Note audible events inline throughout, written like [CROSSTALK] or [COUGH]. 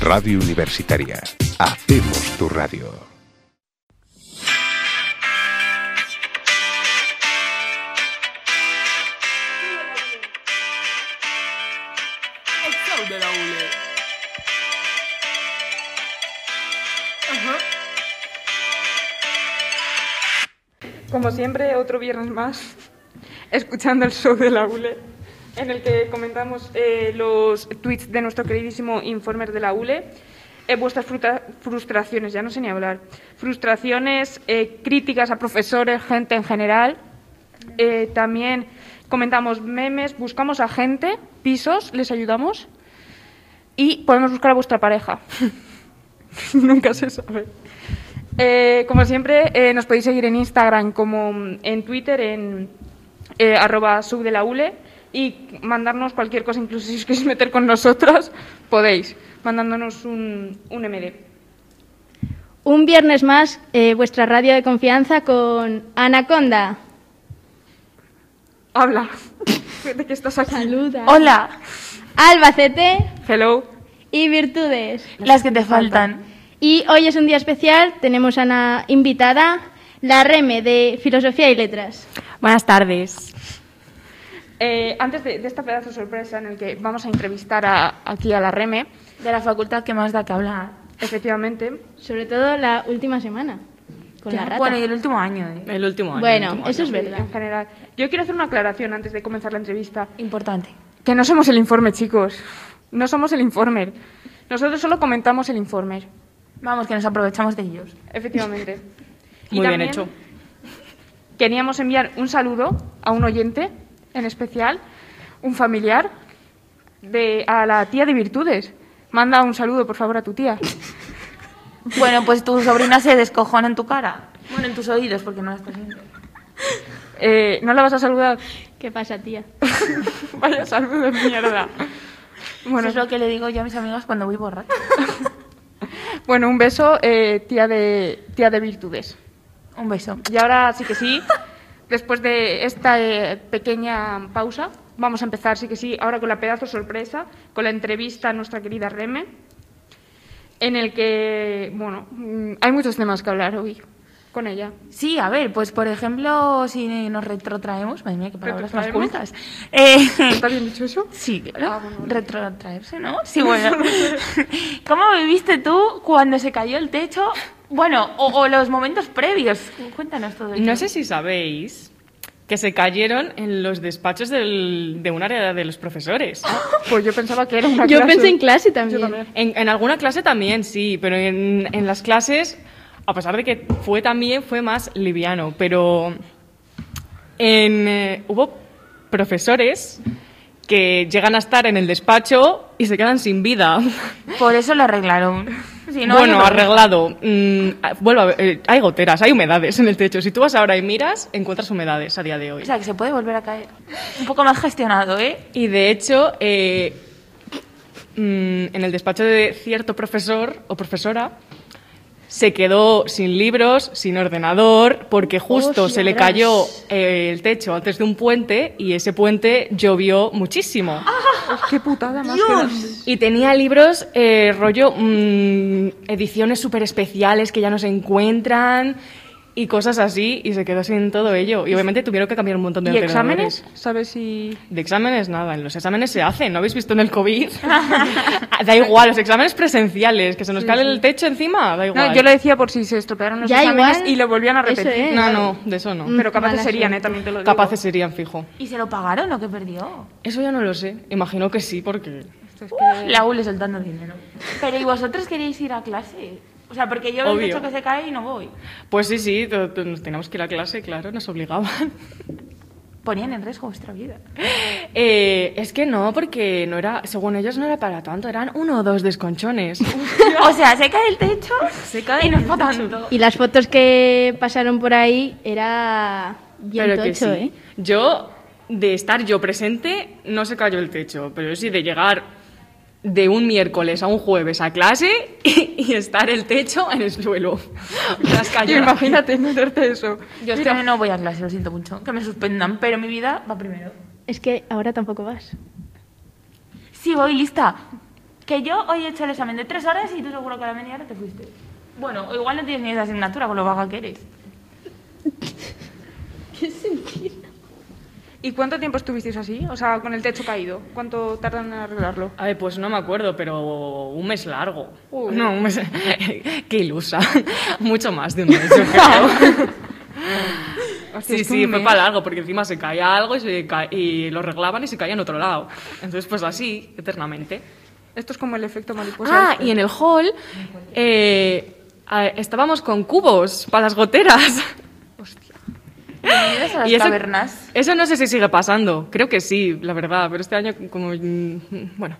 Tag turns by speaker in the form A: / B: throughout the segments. A: Radio Universitaria. Hacemos tu radio.
B: El show de la ULE. Ajá. Como siempre, otro viernes más, escuchando el show de la ULE, en el que comentamos eh, los tweets de nuestro queridísimo informer de la ULE. eh, vuestras fruta- frustraciones, ya no sé ni hablar. Frustraciones, eh, críticas a profesores, gente en general. Eh, también comentamos memes, buscamos a gente, pisos, les ayudamos. Y podemos buscar a vuestra pareja. [LAUGHS] Nunca se sabe. Eh, como siempre, eh, nos podéis seguir en Instagram como mm, en Twitter, en eh, arroba sub de la ULE y mandarnos cualquier cosa, incluso si os queréis meter con nosotros, [LAUGHS] podéis, mandándonos un, un MD.
C: Un viernes más, eh, vuestra radio de confianza con Anaconda.
B: Habla. [LAUGHS] ¿De qué estás aquí?
C: Saluda.
D: Hola,
C: Albacete
B: Hello.
C: y Virtudes.
D: las que te faltan.
C: Y hoy es un día especial, tenemos a una invitada, la Reme de Filosofía y Letras.
D: Buenas tardes.
B: Eh, antes de, de esta pedazo de sorpresa en el que vamos a entrevistar a- aquí a la Reme,
D: De la facultad que más da que hablar.
B: efectivamente,
C: Sobre todo la última semana, con Pues la rata.
D: Bueno, y el último año. eh.
E: El último año. el
C: Bueno,
E: último
C: eso es verdad.
B: en general. Yo quiero hacer una aclaración antes de comenzar la entrevista.
D: Importante.
B: Que no somos el informe, chicos. No somos el informe. Nosotros solo comentamos el informe,
D: Vamos, que nos aprovechamos de ellos.
E: [LAUGHS]
B: efectivamente.
E: año.
B: Y
E: Muy bien
B: también
E: hecho.
B: Queríamos enviar un saludo a un oyente en especial, un familiar, de, a la tía de Virtudes. Manda un saludo, por favor, a tu
E: [LAUGHS]
B: tía.
D: Bueno, pues tu sobrina se descojona en tu cara. Bueno, en tus oídos, porque no las estás viendo.
B: Eh, ¿No la vas a saludar? [LAUGHS]
C: ¿Qué
E: [LAUGHS]
C: pasa, tía?
B: Vaya saludo de mierda.
D: Bueno,
B: Bueno,
D: es lo que le digo yo a mis amigas cuando voy borracha.
B: bueno un beso, eh, tía, de, tía de Virtudes.
D: Un beso.
B: Y ahora sí que sí, después de esta eh, pequeña pausa, vamos a empezar sí que sí, ahora con la pedazo sorpresa, con la entrevista a nuestra querida Reme, en el que, bueno, mm, hay muchos temas que hablar hoy con ella.
D: Sí, a ver, pues por ejemplo, si nos retrotraemos, madre mía, qué palabras más
B: ¿Retrotraemos?
D: cultas. Eh,
B: ¿Está bien dicho eso?
D: Sí, claro. Retrotraerse, ¿no? Ah, Sí, bueno. [LAUGHS] ¿Cómo viviste tú cuando se cayó el techo? Bueno, o, o los momentos previos. Cuéntanos todo ello.
E: No sé si sabéis que se cayeron en los despachos del- de un área de los profesores.
B: Pues yo pensaba que era una
C: Yo
B: clase.
C: pensé en clase
B: Yo
C: también.
B: también.
E: En, en alguna clase también, sí, pero en, en las clases, a pesar de que fue también, fue más liviano, pero en, eh, hubo profesores que llegan a estar en el despacho y se quedan sin vida.
D: Por eso lo arreglaron. Si no,
E: bueno,
D: yo creo-
E: arreglado. Mm, ah, vuelvo a ver, eh, hay goteras, hay humedades en el techo. Si tú vas ahora y miras, encuentras humedades a día de hoy.
D: O sea, que se puede volver a caer. Un poco más gestionado, ¿eh?
E: Y de hecho, eh, mm, en el despacho de cierto profesor o profesora se quedó sin libros, sin ordenador, porque justo se le
C: Ostras.
E: cayó eh, el techo antes de un puente y ese puente llovió muchísimo.
B: ¡Qué putada más!
E: Y tenía libros eh, rollo mm, ediciones súper especiales que ya no se encuentran y cosas así y se quedó sin todo ello. Y obviamente tuvieron que cambiar un montón
B: que
E: de
B: era. ¿Y
E: ordenadores.
B: exámenes? ¿Sabes si...?
E: De exámenes nada, en los exámenes se hacen, ¿no habéis visto en el COVID? [LAUGHS] da igual, los exámenes presenciales, que se nos cae el techo encima, da igual.
B: No, yo lo decía por si se estropearon los
C: Ya
B: exámenes
C: igual.
B: y lo volvían a
C: Eso
B: repetir.
C: es.
E: No, no, de eso no.
C: Mm.
B: Pero capaces
C: Mala
B: serían,
C: suerte.
B: ¿eh? También te lo digo.
E: Capaces serían fijo.
D: ¿Y se lo pagaron o que perdió?
E: Eso ya no lo sé, imagino que sí, porque...
D: La ULE soltando dinero. Pero ¿y vosotros queréis ir a clase? O sea, porque yo veo el
E: Obvio.
D: techo que se cae y no voy.
E: Pues sí, sí, to- to- nos teníamos que ir a clase, claro, nos obligaban.
D: Ponían en riesgo
E: [LAUGHS]
D: vuestra vida.
E: Eh, es que no, porque no era, según ellos no era para tanto, eran uno o dos desconchones.
D: o sea, se cae el techo se cae y no es para tanto.
C: Y las fotos que pasaron por ahí era bien
E: Pero que
C: tocho,
E: sí.
C: ¿eh?
E: Yo, de estar yo presente, no se cayó el techo, pero yo sí de llegar de un miércoles a un jueves a clase [LAUGHS] y, y estar el techo en el suelo. Las
B: Yo
E: cayó.
B: imagínate no hacerte eso.
D: Yo es que no voy a clase, lo siento mucho. Que me suspendan, pero mi vida va primero.
C: Es que ahora tampoco vas.
D: Sí, voy lista. Que yo hoy he hecho el examen de tres horas y tú seguro que a la media hora te fuiste. Bueno, o igual no tienes ni esa asignatura con lo vaga que eres.
B: ¿Y cuánto tiempo estuvisteis así? O sea, con el techo caído. ¿Cuánto tardan en arreglarlo?
E: A ver, pues no me acuerdo, pero un mes largo.
B: Uy.
E: No, un mes. [LAUGHS] Qué ilusa. [LAUGHS] Mucho más de un mes, yo creo.
B: Hostia,
E: sí,
B: es que
E: sí,
B: un
E: fue
B: mes.
E: para largo, porque encima se caía algo y, se ca- y lo arreglaban y se caía en otro lado. Entonces, pues así, eternamente.
B: Esto es como el efecto mariposa.
E: ah,
B: este.
E: y en el hall eh, a- estábamos con cubos para las goteras. [LAUGHS]
D: Bienvenidos a las
E: Y eso-
D: tabernas.
E: Eso no sé si sigue pasando. Creo que sí, la verdad. Pero este año, como. mm, Bueno,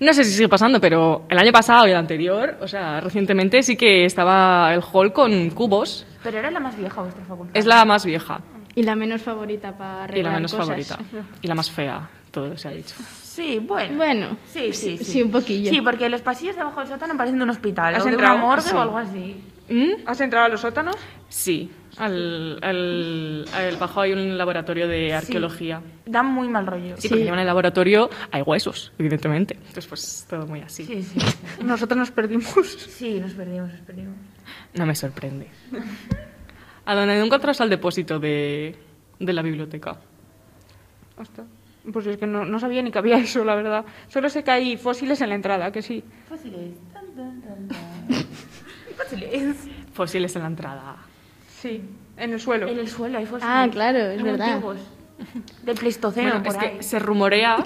E: no sé si sigue pasando, pero el año pasado y el anterior, o sea, recientemente sí que estaba el hall con cubos.
D: Pero era la más vieja vuestra facultad.
E: Es la más vieja
C: Y la menos favorita para arreglar
E: y la menos
C: cosas.
E: favorita. Y la más fea, todo se ha dicho.
D: Sí, bueno.
C: Bueno,
D: Sí, sí, sí.
C: sí, un poquillo.
D: Sí, porque los pasillos debajo del sótano parecen de un hospital.
B: ¿Has
D: o de
B: entrado?
D: una morgue
E: Sí.
D: o algo así.
E: ¿Mm?
B: ¿Has entrado a los sótanos?
E: Sí, al, al- al bajo hay un laboratorio de arqueología.
D: Dan muy mal rollo.
E: Sí, porque llevan el laboratorio, hay huesos, evidentemente. Entonces, pues todo muy así.
D: sí, sí.
B: Nosotros nos perdimos.
D: Sí, nos perdimos, nos perdimos.
E: No me sorprende. [LAUGHS] ¿A dónde nunca entras al depósito de, de la biblioteca?
B: Hostia. Pues es que no, no sabía ni que había eso, la verdad. Solo sé que hay fósiles en la entrada, que sí.
D: Fósiles. Tan, tan, tan, [LAUGHS] tan. Fósiles.
E: Fósiles en la entrada.
B: Sí, en el suelo.
D: En el suelo hay fósiles.
C: Ah, claro, es
D: Muy
C: verdad.
D: antiguos. Del Pleistoceno,
E: Bueno,
D: por
E: es
D: ahí.
E: que se
D: [LAUGHS]
E: rumorea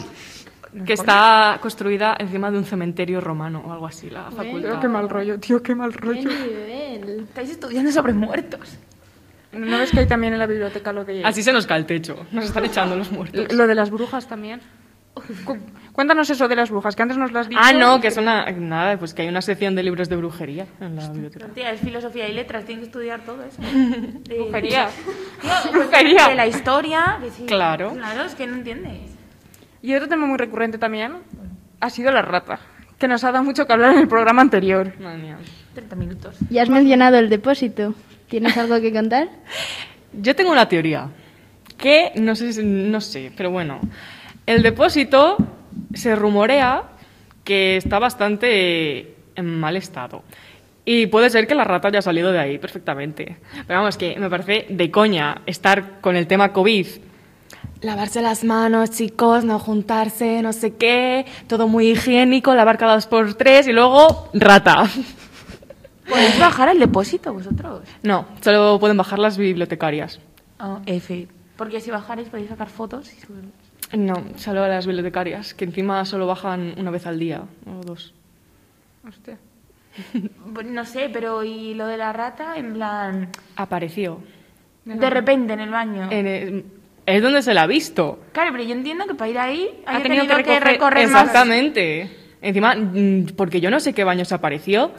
E: que está construida encima de un cementerio romano o algo así, la
B: Tío,
E: facultad.
B: qué mal rollo, tío, qué mal rollo.
C: nivel!
D: Estáis estudiando sobre muertos.
B: ¿No ves que hay también en la biblioteca lo que...
E: Así se nos cae el techo. Nos están echando los muertos.
B: Lo de las brujas también. Cu- Cuéntanos eso de las brujas, que antes nos las has dicho.
E: Ah, no, que es una... Nada, pues que hay una sección de libros de brujería en la biblioteca.
D: Tía, es filosofía y letras, tienen que estudiar todo eso. De-
B: Brujería.
D: Tío,
B: Brujería.
D: De la historia. que sí.
E: Claro.
D: Claro, es que no entiendes.
B: Y otro tema muy recurrente también ha sido la rata, que nos ha dado mucho que hablar en el programa anterior.
E: Madre mía.
D: 30 minutos.
C: Ya has mencionado el depósito. ¿Tienes algo que contar?
E: Yo tengo una teoría que no sé, si- no sé, pero bueno, el depósito se rumorea que está bastante en mal estado. Y puede ser que la rata haya salido de ahí perfectamente. Pero vamos, que me parece de coña estar con el tema COVID. Lavarse las manos, chicos, no juntarse, no sé qué, todo muy higiénico, lavar cada dos por tres y luego rata. [LAUGHS]
D: ¿Podéis bajar al depósito vosotros?
E: No, solo pueden bajar las bibliotecarias.
D: Ah, F. Porque si bajarais podéis sacar fotos y subirlas.
E: No, solo a las bibliotecarias, que encima solo bajan una vez al día o dos.
B: Hostia.
D: Bueno, No sé, pero ¿y lo de la rata? En plan...
E: Apareció.
D: De repente en el baño.
E: En el- es donde se la ha visto.
D: Claro, pero yo entiendo que para ir ahí
B: Ha
D: haya
B: tenido
D: tenido,
B: que
D: que,
B: recoger-
D: recorrer más.
E: Exactamente. Encima, mm, porque yo no sé qué baño se apareció.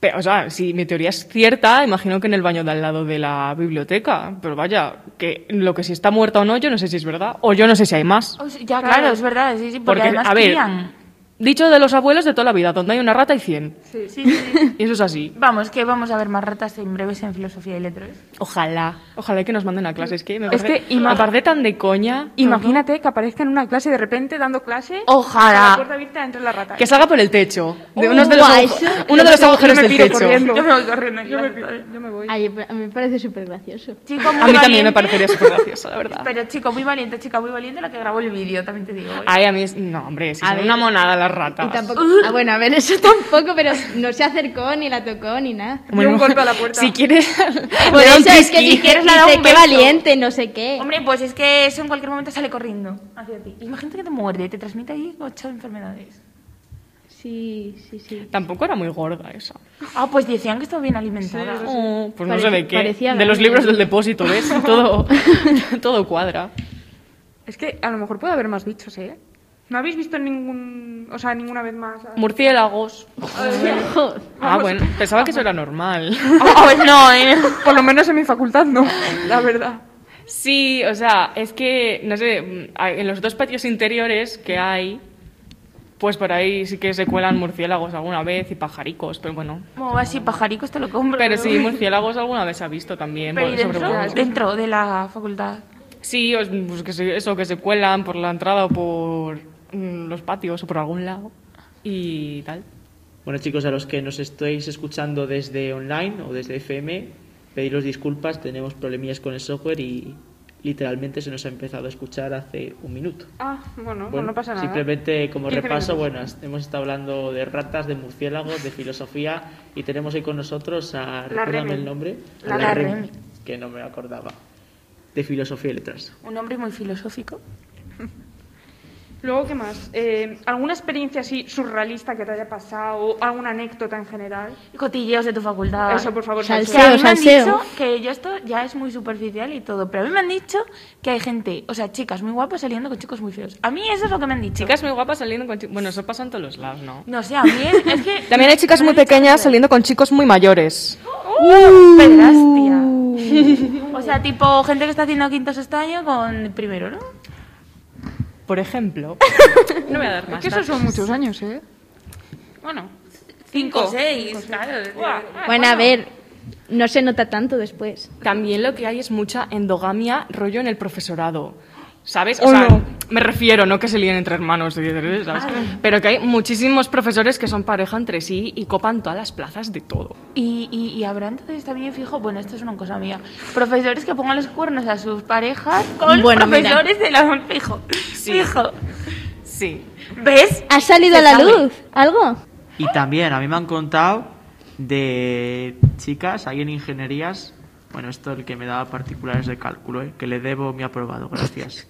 E: Pero, o sea, si mi teoría es cierta, imagino que en el baño de al lado de la biblioteca. Pero vaya, que lo que si está muerta o no, yo no sé si es verdad. O yo no sé si hay más.
D: O sea, ya,
B: Claro.
D: claro, es verdad. Sí, sí, porque,
E: Porque,
D: además
E: a ver,
D: crían.
E: dicho de los abuelos de toda la vida, donde hay una rata hay 100.
B: Sí.
D: Sí, sí, sí.
E: Y eso es así.
D: [LAUGHS] Vamos, que vamos a ver más ratas en breves en filosofía y letras.
E: Ojalá. Ojalá que nos manden a clase. Es que me
B: Es
E: parece,
B: que ima-
E: aparte tan de coña,
B: Imagínate que aparezca en una clase de repente dando clase.
D: Ojalá.
B: con La puerta abierta entre la rata.
E: que salga por el techo. De unos de los,
C: Guau,
E: agu-
C: eso-
E: uno de los agujeros
B: yo me
E: del
B: piro
E: techo.
B: corriendo.
D: [LAUGHS] Yo me voy corriendo.
B: Yo me, pi- yo me voy.
C: Ay, a mí me parece súper gracioso.
D: Chico muy
E: A mí también
D: valiente.
E: me parecería súper gracioso, la verdad.
D: Pero chico muy valiente, chica muy valiente la que grabó el vídeo, también te digo. ¿eh?
E: Ay, a mí es... No, hombre, si
C: A
E: son
C: ver.
E: una monada las
C: Y
E: ratas.
C: tampoco... Ah, bueno, a ver, eso tampoco, pero no se acercó, ni la tocó, ni nada.
B: Dio un golpe a la puerta.
E: Si quieres...
C: [LAUGHS] Por
E: le da un
C: eso es que
E: trisqui.
C: si quieres
D: la da un
C: qué
D: beso.
C: valiente, no sé qué.
D: Hombre, pues es que eso en cualquier momento sale corriendo hacia ti. Imagínate que te muerde, te transmite ahí ocho [LAUGHS] enfermedades.
C: Sí, sí,
D: [LAUGHS]
C: sí.
E: Tampoco era muy gorda esa.
D: Ah, pues decían que estaba bien alimentada.
E: Oh, pues
C: Parece-
E: no sé de qué.
C: parecía
E: De los
C: grande.
E: libros del depósito,
C: [LAUGHS]
E: ¿ves? Todo, todo cuadra.
B: Es que a lo mejor puede haber más bichos, ¿eh? ¿No habéis visto ningún. O sea, ninguna vez más. a-
E: Murciélagos.
C: Jo,
E: Ah, bueno, pensaba que eso era normal.
D: [LAUGHS]
C: [LAUGHS]
D: Ah, pues no, ¿eh?
B: Por lo menos en mi facultad no, [LAUGHS] la verdad.
E: Sí, o sea, es que, no sé, mm, hay- en los dos patios interiores que hay, pues por ahí sí que se cuelan murciélagos alguna vez y pajaricos, pero bueno.
D: Como va así, pajaricos te lo compro.
E: Pero sí, murciélagos alguna vez se ha visto también.
D: Pero ¿y
E: bueno, sobre
D: dentro,
E: vuelos.
D: dentro de la facultad.
E: Sí, os- pues que se- eso, que se cuelan por la entrada o por mm, los patios o por algún lado. y tal.
F: Bueno, chicos, a los que nos estáis escuchando desde online o desde FM, pediros disculpas, tenemos problemillas con el software y literalmente se nos ha empezado a escuchar hace un minuto.
B: Ah, bueno, pues no pasa nada.
F: Simplemente como
B: 15
F: repaso,
B: minutos.
F: bueno, has- hemos estado hablando de ratas, de murciélagos, de filosofía y tenemos hoy con nosotros a. recuérdame
B: Remy.
F: el nombre.
B: La
F: a
D: Remy.
F: Remy, Que no me acordaba. De filosofía y letras.
D: Un hombre muy filosófico.
B: Luego, ¿qué más? Eh, ¿Alguna experiencia así surrealista que te haya pasado? ¿Alguna anécdota en general?
D: Cotilleos de tu
E: Ah,
D: facultad.
B: Eso, por favor,
C: Salseo.
B: Sánchez.
D: a mí me han
C: salseo.
D: dicho que yo esto ya es muy superficial y todo, pero a mí me han dicho que hay gente, o sea, chicas muy guapas saliendo con chicos muy feos. A mí eso es lo que me han dicho.
E: Chicas muy guapas saliendo con chicos. Bueno, eso pasa en todos los lados, ¿no?
D: No sé, a mí es, es que...
E: [LAUGHS] También hay chicas
D: me
E: muy
D: han dicho
E: pequeñas
D: que-
E: saliendo con chicos muy mayores. ¡Uh!
D: Pedrastia. [LAUGHS] O sea, tipo gente que está haciendo quinto sexto año con primero, ¿no?
E: Por ejemplo. No voy a dar más.
B: Que esos son muchos años, ¿eh?
E: Bueno.
D: Cinco, seis, claro.
C: Bueno, a ver, no se nota tanto después.
E: También lo que hay es mucha endogamia rollo en el profesorado. ¿Sabes? O
B: Oh,
E: sea,
B: no.
E: me refiero, no que se líen entre hermanos, ¿sabes? pero que hay muchísimos profesores que son pareja entre sí y copan todas las plazas de todo.
D: Y, y, y habrá entonces también fijo, bueno, esto es una cosa mía, profesores que pongan los cuernos a sus parejas con
C: Bueno, mira.
D: profesores de la fijo. Fijo.
E: Sí.
D: ¿Ves?
C: ¿Ha salido
D: Se
C: a la
D: sabe.
C: luz algo?
F: Y también a mí me han contado de chicas ahí en ingenierías. Bueno, esto es el que me daba particulares de cálculo, ¿eh? que le debo mi aprobado, gracias.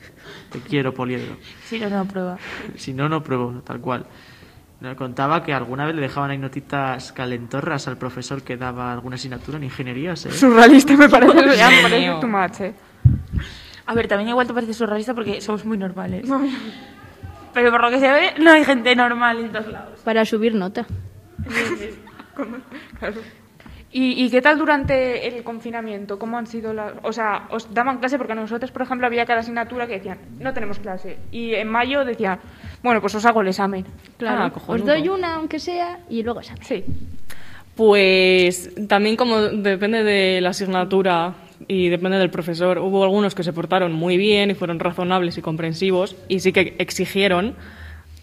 F: Te quiero, poliedro.
D: Sí, no, no, prueba.
F: Si no, no pruebo, tal cual. Nos contaba que alguna vez le dejaban ahí notitas calentorras al profesor que daba alguna asignatura en ingenierías, ¿eh?
B: Surrealista me parece, ya
E: [LAUGHS]
B: me
E: Dios
B: parece
E: mío.
B: tu match, ¿eh?
D: A ver, también igual te parece surrealista porque somos muy normales. Pero por lo que se ve, no hay gente normal en todos lados.
C: Para subir nota.
B: ¿Y, y qué tal durante el confinamiento? ¿Cómo han sido las...? O sea, ¿os daban clase? Porque a nosotros, por ejemplo, había cada asignatura que decían, no tenemos clase. Y en mayo decían, bueno, pues os hago el examen.
E: Claro,
C: Ah, os
E: cojonudo.
C: doy una, aunque sea, y luego sabes.
B: Sí.
E: Pues también como depende de la asignatura y depende del profesor, hubo algunos que se portaron muy bien y fueron razonables y comprensivos y sí que exigieron,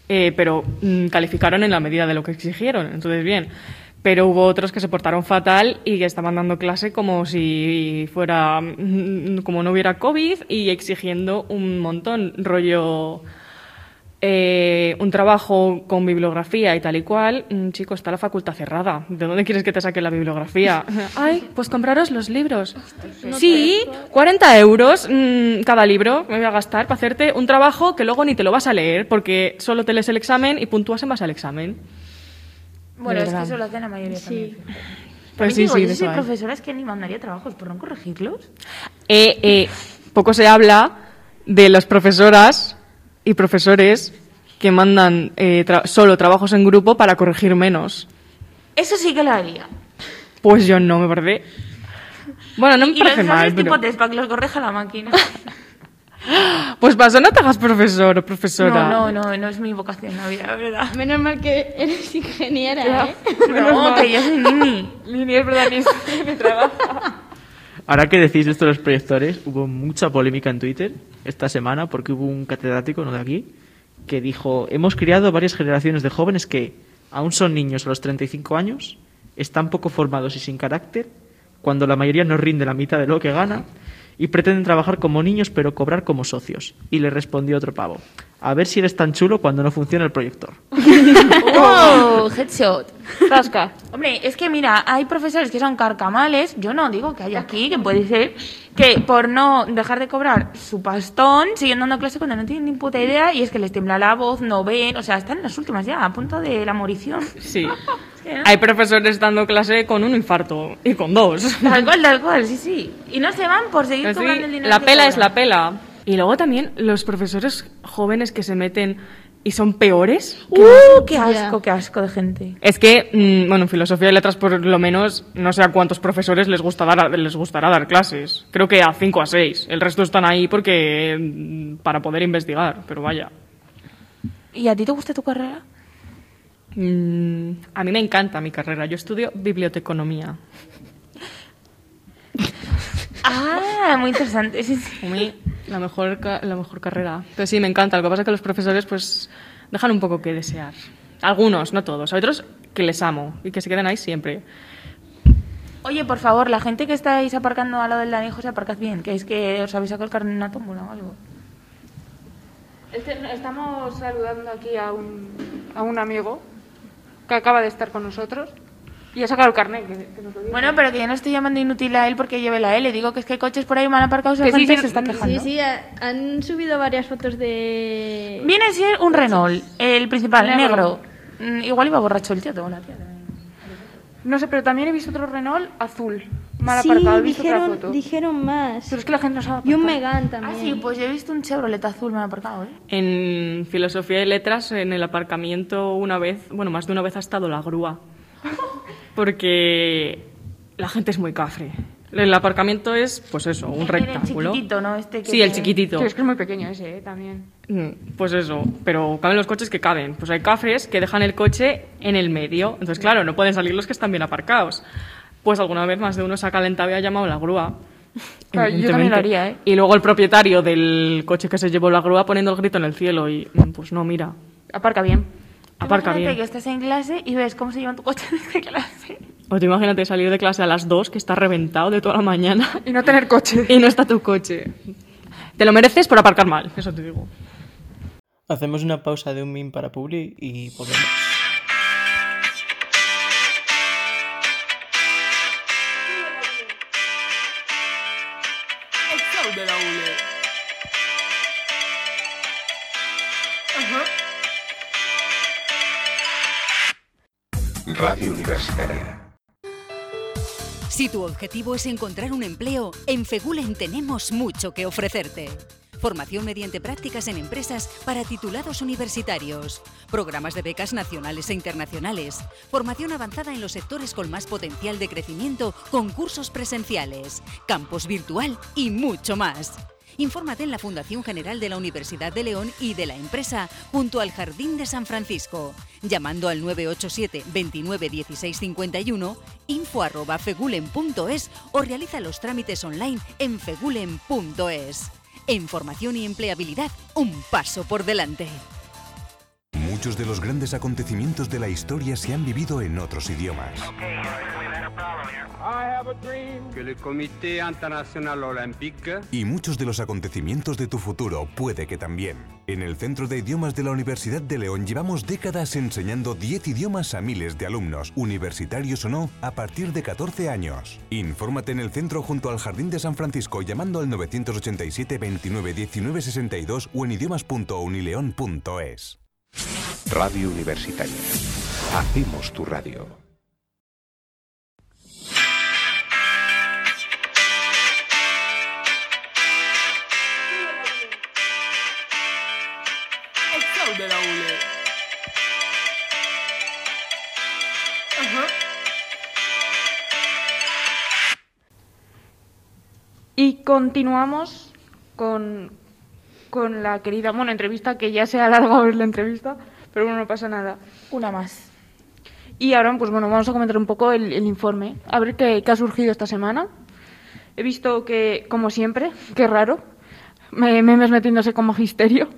E: eh, pero mm, calificaron en la medida de lo que exigieron, entonces bien. Pero hubo otros que se portaron fatal y que estaban dando clase como si fuera, mm, como no hubiera COVID y exigiendo un montón, rollo eh, un trabajo con bibliografía y tal y cual, mm, chico, está la facultad cerrada. ¿De dónde quieres que te saque la bibliografía? [LAUGHS] Ay, pues compraros los libros. Sí, 40 euros mm, cada libro me voy a gastar para hacerte un trabajo que luego ni te lo vas a leer porque solo te lees el examen y puntúas en base al examen.
D: Bueno, es que
E: verdad.
D: eso lo hacen la mayoría también.
E: Pues
D: También
E: sí,
D: digo,
E: sí,
D: yo
E: de
D: soy
E: eso hay.
D: profesora, es que ni mandaría trabajos por no corregirlos.
E: Eh, eh, poco se habla de las profesoras y profesores que mandan eh, tra- solo trabajos en grupo para corregir menos.
D: Eso sí que lo haría.
E: Pues yo no, me parece. Bueno, no me
D: y los
E: parece mal,
D: exámenes este tipo
E: pero...
D: test para que los corrija la máquina.
E: Pues pasa, no te hagas profesor o profesora.
D: no, no, no, no es mi vocación la vida, la verdad.
C: Menos mal que eres [LAUGHS] ingeniera, ¿eh?
D: [LAUGHS] No, que yo [LAUGHS] soy nini.
B: Lini, es verdad, ni ni trabaja.
F: Ahora que decís esto de los proyectores, hubo mucha polémica en Twitter esta semana porque hubo un catedrático, no de aquí, que dijo, hemos criado varias generaciones de jóvenes que aún son niños a los 35 años, están poco formados y sin carácter, cuando la mayoría no rinde la mitad de lo que gana, y pretenden trabajar como niños pero cobrar como socios. Y le respondió otro pavo, a ver si eres tan chulo cuando no funciona el proyector.
D: ¡Oh! Headshot.
B: Tasca.
D: Hombre, es que mira, hay profesores que son carcamales, yo no digo que hay aquí, que puede ser, que por no dejar de cobrar su pastón, siguen dando clase cuando no tienen ni puta idea y es que les tiembla la voz, no ven, o sea, están en las últimas ya, a punto de la [LAUGHS] morición.
E: Sí.
D: que no.
E: Hay profesores dando clase con un infarto y con dos. [LAUGHS]
D: Tal cual, tal cual, sí, sí. Y no se van por seguir
E: Así,
D: cobrando el dinero.
E: la
D: que
E: pela es la
D: cobran.
E: pela. Y luego también los profesores jóvenes que se meten y son peores.
D: ¡Uh! ¡Qué
C: Ya.
D: asco, qué asco de gente!
E: Es que, mm, bueno, en filosofía y letras por lo menos no sé a cuántos profesores les, gusta dar, les gustará dar clases. Creo que a cinco a seis. El resto están ahí porque mm, para poder investigar, pero vaya.
D: ¿Y a ti te gusta tu carrera?
E: Mm, a mí me encanta mi carrera. Yo estudio biblioteconomía.
D: Ah, muy interesante. Sí, sí.
E: A mí, la mejor, ca- la mejor carrera. Pero sí, me encanta. Lo que pasa es que los profesores, pues, dejan un poco que desear. Algunos, no todos. Hay otros que les amo y que se quedan ahí siempre.
D: Oye, por favor, la gente que estáis aparcando al lado del Dani José, aparcad bien, que es que os habéis sacado el carnet en una tómbola o algo.
B: Es que Este, estamos saludando aquí a un, a un amigo que acaba de estar con nosotros y ha sacado el carnet. Que, que nos lo diga.
D: Bueno, pero que yo no estoy llamando inútil a él porque lleve la L. Digo que es que hay coches por ahí mal aparcados y la
B: Que sí,
D: gente
B: sí,
D: se está quejando.
C: Sí, sí, ha- han subido varias fotos de...
D: Viene a ser un Renault, el principal, negro.
B: Negro.
D: Mm, Igual iba borracho el tío, tengo la tía. también.
B: No sé, pero también he visto otro Renault azul, mal
C: sí,
B: aparcado. He visto otra
C: dijeron,
B: foto.
C: dijeron más.
B: Pero es que la gente no sabe
C: Y un
B: aparcar.
C: Megan
D: Ah,
C: también.
D: sí, pues yo he visto un Chevrolet azul mal aparcado, ¿eh?
E: En filosofía y letras, en el aparcamiento, una vez, bueno, más de una vez ha estado la grúa. Porque la gente es muy cafre. El aparcamiento es, pues eso, un
D: Era el
E: rectángulo.
D: chiquitito, ¿no? Este que
E: sí, el
D: tiene-
E: chiquitito.
B: Sí, es que es muy pequeño ese, eh, también.
E: Mm, Pues eso, pero caben los coches que caben. Pues hay cafres que dejan el coche en el medio. Entonces, claro, no pueden salir los que están bien aparcados. Pues alguna vez más de uno se ha calentado y ha llamado a la [LAUGHS] grúa.
D: Claro, yo también lo
E: Evidentemente.
D: haría, ¿eh?
E: Y luego el propietario del coche que se llevó la grúa poniendo el grito en el cielo y mm, pues no, mira,
B: Aparca bien.
E: aparca
D: Imagínate que
E: bien.
D: estás en clase y ves cómo se llevan tu coche [LAUGHS] desde clase.
E: O te imagínate salir de clase a las 2 que está reventado de toda la mañana [LAUGHS]
B: Y no tener coche.
E: y no está tu coche. Te lo mereces por aparcar mal, eso te digo.
F: Hacemos una pausa de un min para Publi y volvemos.
A: Radio Universitaria.
G: Si tu objetivo es encontrar un empleo, en Fegulen tenemos mucho que ofrecerte. Formación mediante prácticas en empresas para titulados universitarios, programas de becas nacionales e internacionales, formación avanzada en los sectores con más potencial de crecimiento, concursos presenciales, campus virtual y mucho más. Infórmate en la Fundación General de la Universidad de León y de la empresa junto al Jardín de San Francisco, llamando al 987 29 16 51, info arroba fegulen.es o realiza los trámites online en fegulen.es. En formación y empleabilidad, un paso por delante.
H: Muchos de los grandes acontecimientos de la historia se han vivido en otros idiomas.
I: que le Comité international olympique
H: Y muchos de los acontecimientos de tu futuro puede que también. En el Centro de Idiomas de la Universidad de León llevamos décadas enseñando 10 idiomas a miles de alumnos, universitarios o no, a partir de 14 años. Infórmate en el centro junto al Jardín de San Francisco llamando al 987 29 19 62 o en idiomas.unileón.es.
A: Radio Universitaria. Hacemos tu radio.
B: Y continuamos con, con la querida, bueno, entrevista que ya se ha alargado [LAUGHS] la entrevista, pero bueno, no pasa nada.
D: Una más.
B: Y ahora, pues bueno, vamos a comentar un poco el, el informe, a ver qué, qué ha surgido esta semana. He visto que, como siempre, [LAUGHS] qué raro, me- memes metiéndose con magisterio.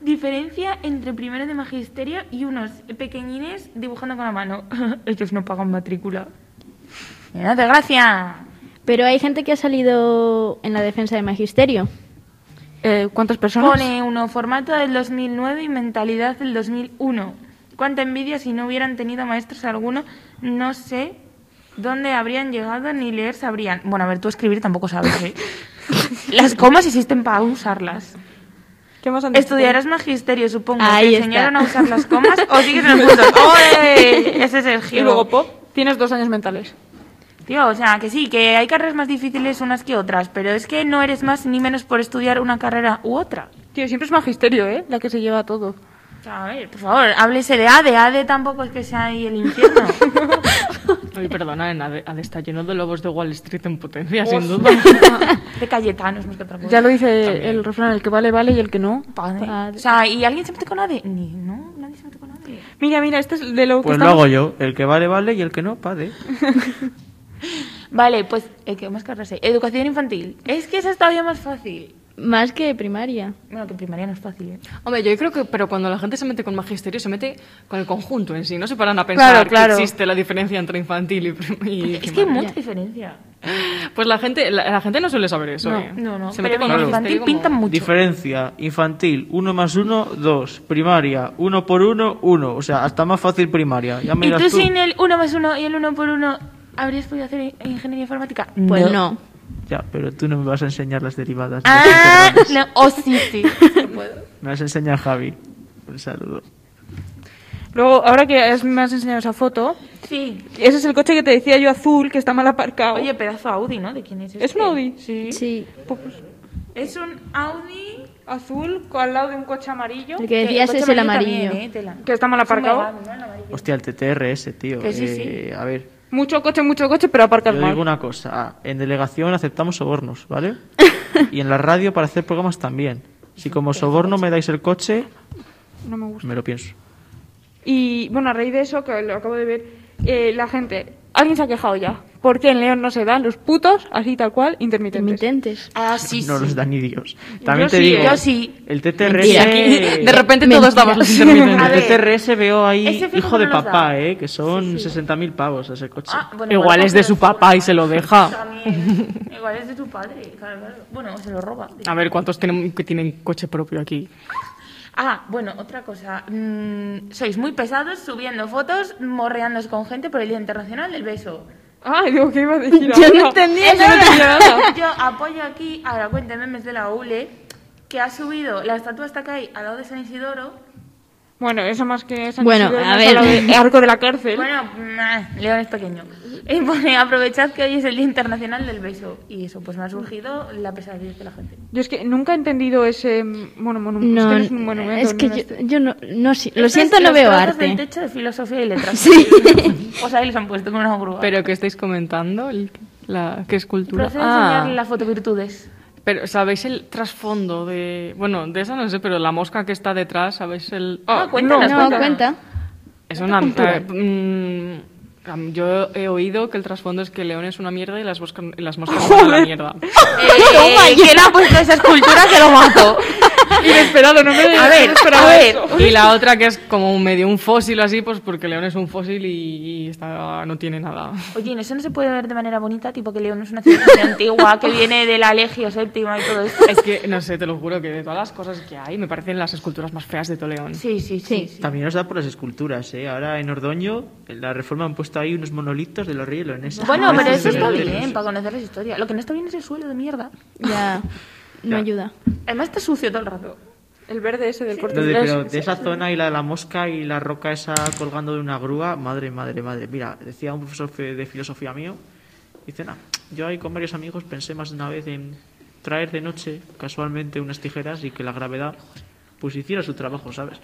D: Diferencia entre primero de magisterio y unos pequeñines dibujando con la mano. [LAUGHS] Ellos no pagan matrícula. ¡No de gracia!
C: Pero hay gente que ha salido en la defensa de magisterio.
B: Eh, ¿Cuántas personas?
D: Pone uno formato del 2009 y mentalidad del 2001. Cuánta envidia si no hubieran tenido maestros alguno. No sé dónde habrían llegado ni leer sabrían. Bueno, a ver, tú escribir tampoco sabes, [LAUGHS] ¿eh? Las comas existen para usarlas.
B: ¿Qué más han dicho?
D: Estudiarás magisterio, supongo.
C: Ahí
D: ¿Te
C: está.
D: enseñaron a usar las comas o sigues [LAUGHS] en el punto? ¡Ole! Ese es el
B: Y
D: giro.
B: luego pop, tienes dos años mentales.
D: Tío, o sea, que sí, que hay carreras más difíciles unas que otras, pero es que no eres más ni menos por estudiar una carrera u otra.
B: Tío, siempre es magisterio, ¿eh? La que se lleva todo.
D: O sea, a ver, por favor, háblese de ADE. ADE tampoco es que sea ahí
E: [LAUGHS]
D: el infierno.
E: Ay, perdona, en AD AD está lleno de lobos de Wall Street en potencia, sin duda.
D: [LAUGHS] de Cayetanos, más que otra cosa.
B: Ya lo dice el refrán, el que vale, vale y el que no.
D: Padre.
C: Padre.
D: O sea, ¿y alguien se mete con ADE? Ni, no, nadie se mete con ADE.
B: Mira, mira, este es de lo
F: Pues
B: que
F: lo hago
B: estamos-
F: yo. El que vale, vale y el que no, pade.
D: Vale, pues, eh, ¿qué más carreras hay? Educación infantil. Es que esa es todavía más fácil.
C: Más que primaria.
D: Bueno, que primaria no es fácil, ¿eh?
E: Hombre, yo creo que, pero cuando la gente se mete con magisterio, se mete con el conjunto en sí. No se paran a pensar
D: Claro, claro.
E: que existe la diferencia entre infantil y, prim- y
D: Es que hay
E: primaria.
D: mucha diferencia.
E: Pues la gente, la, la gente no suele saber eso.
D: No,
E: ¿eh?
D: no, no.
E: Se
D: Pero
E: mete con
D: en
E: magisterio
D: infantil
E: como-
D: pintan mucho.
F: Diferencia infantil, 1 más 1, 2. Primaria, 1 por 1, 1. O sea, hasta más fácil primaria.
E: Ah,
F: Ya me
D: ¿Y
F: dirás
D: tú
F: tú.
D: sin el 1 más 1 y el 1 por 1 habrías podido hacer in- ingeniería informática?
C: Pues no.
F: Ya, pero tú no me vas a enseñar las derivadas.
C: [LAUGHS]
F: de
D: Ah,
F: integrales.
D: no. Oh, sí, sí.
F: [LAUGHS] Me vas a enseñar Javi. Un saludo.
B: Luego, ahora que has- me has enseñado esa foto,
D: Sí.
B: ese es el coche que te decía yo azul, que está mal aparcado.
D: Oye, pedazo Audi, ¿no? ¿De quién es
B: ¿Es un
D: este?
B: Audi? Pues,
D: Sí.
C: Sí.
D: Es un Audi...
B: azul al lado de un coche amarillo
C: El que decías
D: coche
C: es el amarillo.
D: también, ¿eh? Tela.
B: que está mal
D: Es un
B: aparcado.
D: megane, ¿no? El amarillo.
F: Hostia, el TTRS, tío.
D: Que sí,
F: Eh, A ver,
B: Mucho coche, mucho coche, pero aparcar
F: yo
B: mal.
F: digo una cosa. Ah, en delegación aceptamos sobornos, ¿vale?
D: [LAUGHS]
F: y en la radio para hacer programas también. Si como soborno me dais el coche,
B: No me gusta.
F: me lo pienso.
B: Y bueno, a raíz de eso, que lo acabo de ver, eh, la gente, alguien se ha quejado ya. Porque en León no se dan los putos, así tal cual, intermitentes.
C: Intermitentes.
D: Ah, sí,
F: [LAUGHS] no
D: sí.
F: los da ni Dios. También
B: Yo
F: te
B: sí,
F: digo,
B: eh.
D: Yo sí.
F: el TTRS...
C: Mentira,
E: Eh, de repente
C: Mentira.
E: todos damos
F: [LAUGHS]
E: los
D: A
F: El
D: [LAUGHS]
F: E
E: intermitentes.
D: ver,
F: TTRS veo ahí,
D: ese fijo
F: hijo
D: que
F: de
D: no los
F: papá,
D: da.
F: eh, que son 60.000 pavos ese coche.
D: Ah, bueno,
E: Igual es de su papá y se lo deja.
D: También. [LAUGHS] Igual es de tu padre, claro, claro. Bueno, se lo roba.
E: A ver, ¿cuántos tienen, que tienen coche propio aquí?
D: Ah, bueno, otra cosa. Mm, sois muy pesados subiendo fotos, morreándos con gente por el Día Internacional del Beso.
B: Ah, digo, ¿qué iba a decir
C: [LAUGHS] Yo no
B: ahora?
C: entendí
B: Eso
C: nada.
B: no entendía nada.
D: [LAUGHS] Yo apoyo aquí a la cuenta de memes de la ULE, que ha subido la estatua hasta que hay al lado de San Isidoro.
B: Bueno, eso más que... San
C: Bueno,
B: Isidro,
C: a
B: más
C: ver.
B: lo de Arco de la cárcel.
D: Bueno, nah, León es pequeño. Y pone, aprovechad que hoy es el Día Internacional del Beso. Y eso, pues me ha surgido la pesadilla de la gente.
B: Yo es que nunca he entendido ese... mm, Bueno, monu- es
C: No,
B: que no es un monumento.
C: es que
B: no
C: yo,
B: es-
C: yo no, no sé. lo
D: Esto es
C: siento, no
D: los
C: veo
D: trozos del
C: arte.
D: techo de filosofía y letras. Sí. [LAUGHS] Pues ahí los han puesto con una grúa.
E: ¿Pero qué estáis comentando? El- la, ¿Qué escultura?
D: Procedo a
E: Ah.
D: enseñarle las fotovirtudes.
E: Pero ¿sabéis el trasfondo de... Bueno, de esa no sé, pero la mosca que está detrás, ¿sabéis el...?
D: Ah,
E: Oh,
D: cuéntanos,
E: no,
C: No,
D: cuéntanos.
C: cuenta.
B: [LAUGHS]
E: es una... eh, mm, am- yo he oído que el trasfondo es que León es una mierda y las, bosca- y las [LAUGHS] moscas son una mierda.
C: [LAUGHS] Oh
D: Eh, ¿Quién ha puesto esa escultura que lo mato?
E: Inesperado, no me
D: A ver, a ver.
E: Y la otra que es como un medio un fósil así, pues porque León es un fósil y, y está, no tiene [LAUGHS] nada.
D: Oye, ¿en eso no se puede ver de manera bonita? Tipo que León es una civilización antigua que viene de la Legio Séptima y todo esto.
E: Es que, no sé, te lo juro que de todas las cosas que hay, me parecen las esculturas más feas de todo León.
D: Sí, sí, sí. sí.
F: También os da por las esculturas, ¿eh? Ahora en Ordoño, en la reforma han puesto ahí unos monolitos de los reyes leoneses.
D: Bueno, pero
F: Esos
D: eso está
F: verdaderos.
D: bien, para conocer la historia. Lo que no está bien es el suelo de mierda.
C: Ya. No ayuda.
D: Además está sucio todo el rato.
B: El verde ese del corte
F: No, de,
B: inglés.
F: pero de esa zona y la de la mosca y la roca esa colgando de una grúa, madre, madre, madre. Mira, decía un profesor fe- de filosofía mío, dice, "Nah, yo ahí con varios amigos pensé más de una vez en traer de noche casualmente unas tijeras y que la gravedad pues hiciera su trabajo, ¿sabes?